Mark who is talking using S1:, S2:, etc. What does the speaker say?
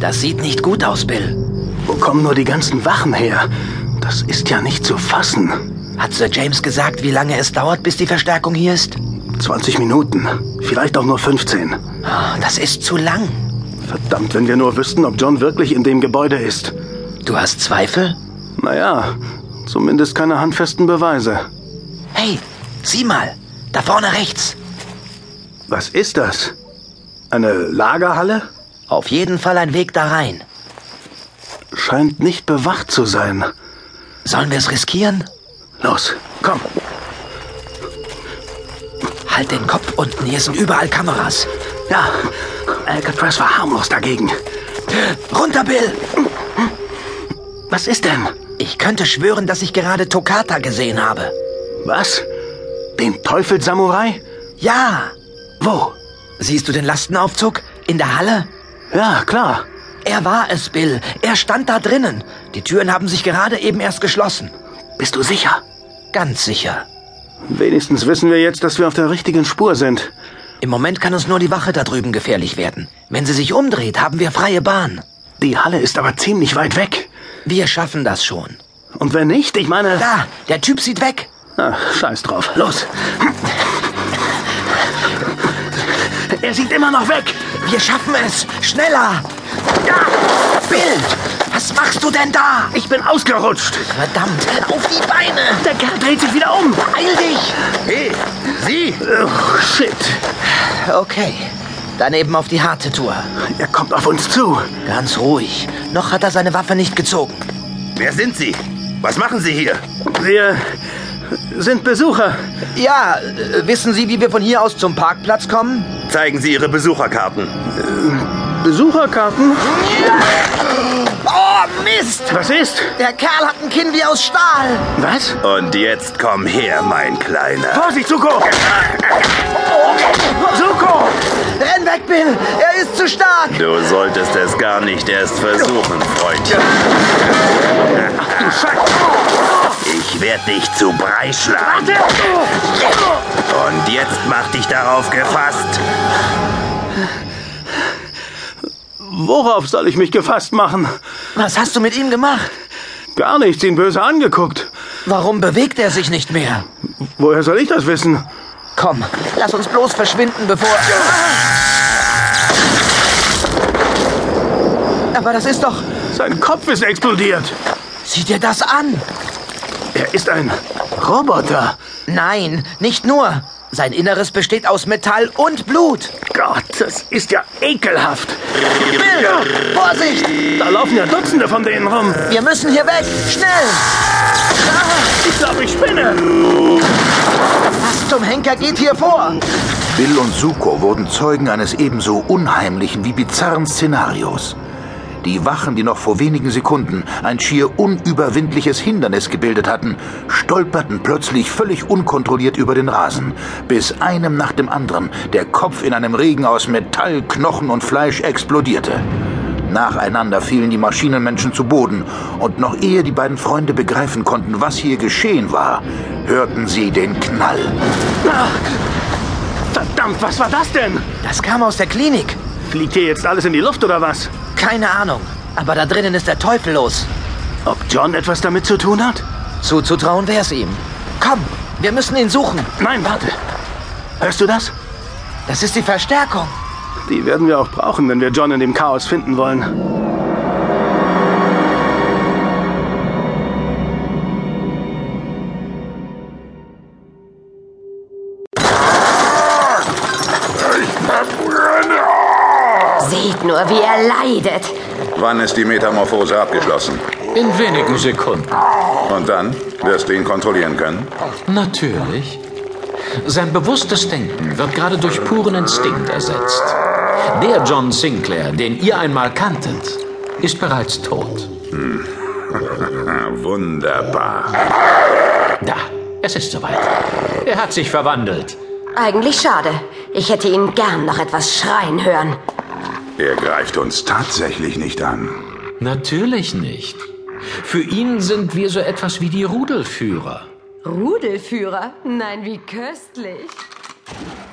S1: Das sieht nicht gut aus, Bill.
S2: Wo kommen nur die ganzen Wachen her? Das ist ja nicht zu fassen.
S1: Hat Sir James gesagt, wie lange es dauert, bis die Verstärkung hier ist?
S2: 20 Minuten, vielleicht auch nur 15.
S1: Ah, Das ist zu lang.
S2: Verdammt, wenn wir nur wüssten, ob John wirklich in dem Gebäude ist.
S1: Du hast Zweifel?
S2: Naja, zumindest keine handfesten Beweise.
S1: Hey, sieh mal. Da vorne rechts.
S2: Was ist das? Eine Lagerhalle?
S1: Auf jeden Fall ein Weg da rein.
S2: Scheint nicht bewacht zu sein.
S1: Sollen wir es riskieren?
S2: Los, komm.
S1: Halt den Kopf unten, hier sind überall Kameras.
S2: Ja, Alcatraz war harmlos dagegen.
S1: Runter, Bill!
S2: Was ist denn?
S1: Ich könnte schwören, dass ich gerade Toccata gesehen habe.
S2: Was? Den Teufel Samurai?
S1: Ja!
S2: Wo?
S1: Siehst du den Lastenaufzug? In der Halle?
S2: Ja, klar.
S1: Er war es, Bill. Er stand da drinnen. Die Türen haben sich gerade eben erst geschlossen.
S2: Bist du sicher?
S1: Ganz sicher.
S2: Wenigstens wissen wir jetzt, dass wir auf der richtigen Spur sind.
S1: Im Moment kann uns nur die Wache da drüben gefährlich werden. Wenn sie sich umdreht, haben wir freie Bahn.
S2: Die Halle ist aber ziemlich weit weg.
S1: Wir schaffen das schon.
S2: Und wenn nicht, ich meine...
S1: Da, der Typ sieht weg.
S2: Ach, scheiß drauf. Los. Er sieht immer noch weg.
S1: Wir schaffen es. Schneller. Ja. Bill, was machst du denn da?
S2: Ich bin ausgerutscht.
S1: Verdammt, auf die Beine.
S2: Der Kerl dreht sich wieder um.
S1: Beeil dich.
S2: Hey, Sie. Oh, shit.
S1: Okay, dann eben auf die harte Tour.
S2: Er kommt auf uns zu.
S1: Ganz ruhig. Noch hat er seine Waffe nicht gezogen.
S3: Wer sind Sie? Was machen Sie hier?
S2: Wir sind Besucher.
S1: Ja, äh, wissen Sie, wie wir von hier aus zum Parkplatz kommen?
S3: Zeigen Sie Ihre Besucherkarten.
S2: Besucherkarten?
S1: Oh, Mist!
S2: Was ist?
S1: Der Kerl hat ein Kinn wie aus Stahl.
S2: Was?
S3: Und jetzt komm her, mein Kleiner.
S2: Vorsicht, Suko! Suko!
S1: Renn weg, Bill! Er ist zu stark!
S3: Du solltest es gar nicht erst versuchen, Freundchen.
S2: Du Scheiße!
S3: Ich werd dich zu Brei schlagen. Und jetzt mach dich darauf gefasst.
S2: Worauf soll ich mich gefasst machen?
S1: Was hast du mit ihm gemacht?
S2: Gar nichts, ihn böse angeguckt.
S1: Warum bewegt er sich nicht mehr?
S2: Woher soll ich das wissen?
S1: Komm, lass uns bloß verschwinden, bevor. Aber das ist doch.
S2: Sein Kopf ist explodiert.
S1: Sieh dir das an!
S2: Er ist ein Roboter.
S1: Nein, nicht nur. Sein Inneres besteht aus Metall und Blut.
S2: Gott, das ist ja ekelhaft.
S1: Bill, Vorsicht!
S2: Da laufen ja Dutzende von denen rum.
S1: Wir müssen hier weg! Schnell! Ah,
S2: Ich glaube, ich spinne.
S1: Was zum Henker geht hier vor?
S4: Bill und Suko wurden Zeugen eines ebenso unheimlichen wie bizarren Szenarios. Die Wachen, die noch vor wenigen Sekunden ein schier unüberwindliches Hindernis gebildet hatten, stolperten plötzlich völlig unkontrolliert über den Rasen, bis einem nach dem anderen der Kopf in einem Regen aus Metall, Knochen und Fleisch explodierte. Nacheinander fielen die Maschinenmenschen zu Boden, und noch ehe die beiden Freunde begreifen konnten, was hier geschehen war, hörten sie den Knall.
S2: Verdammt, was war das denn?
S1: Das kam aus der Klinik.
S2: Fliegt hier jetzt alles in die Luft oder was?
S1: Keine Ahnung. Aber da drinnen ist der Teufel los.
S2: Ob John etwas damit zu tun hat?
S1: Zuzutrauen wär's ihm. Komm, wir müssen ihn suchen.
S2: Nein, warte. Hörst du das?
S1: Das ist die Verstärkung.
S2: Die werden wir auch brauchen, wenn wir John in dem Chaos finden wollen.
S5: Seht nur, wie er leidet.
S6: Wann ist die Metamorphose abgeschlossen?
S7: In wenigen Sekunden.
S6: Und dann wirst du ihn kontrollieren können?
S7: Natürlich. Sein bewusstes Denken wird gerade durch puren Instinkt ersetzt. Der John Sinclair, den ihr einmal kanntet, ist bereits tot.
S6: Ah, wunderbar.
S7: Da, es ist soweit. Er hat sich verwandelt.
S5: Eigentlich schade. Ich hätte ihn gern noch etwas schreien hören.
S6: Er greift uns tatsächlich nicht an.
S7: Natürlich nicht. Für ihn sind wir so etwas wie die Rudelführer.
S5: Rudelführer? Nein, wie köstlich.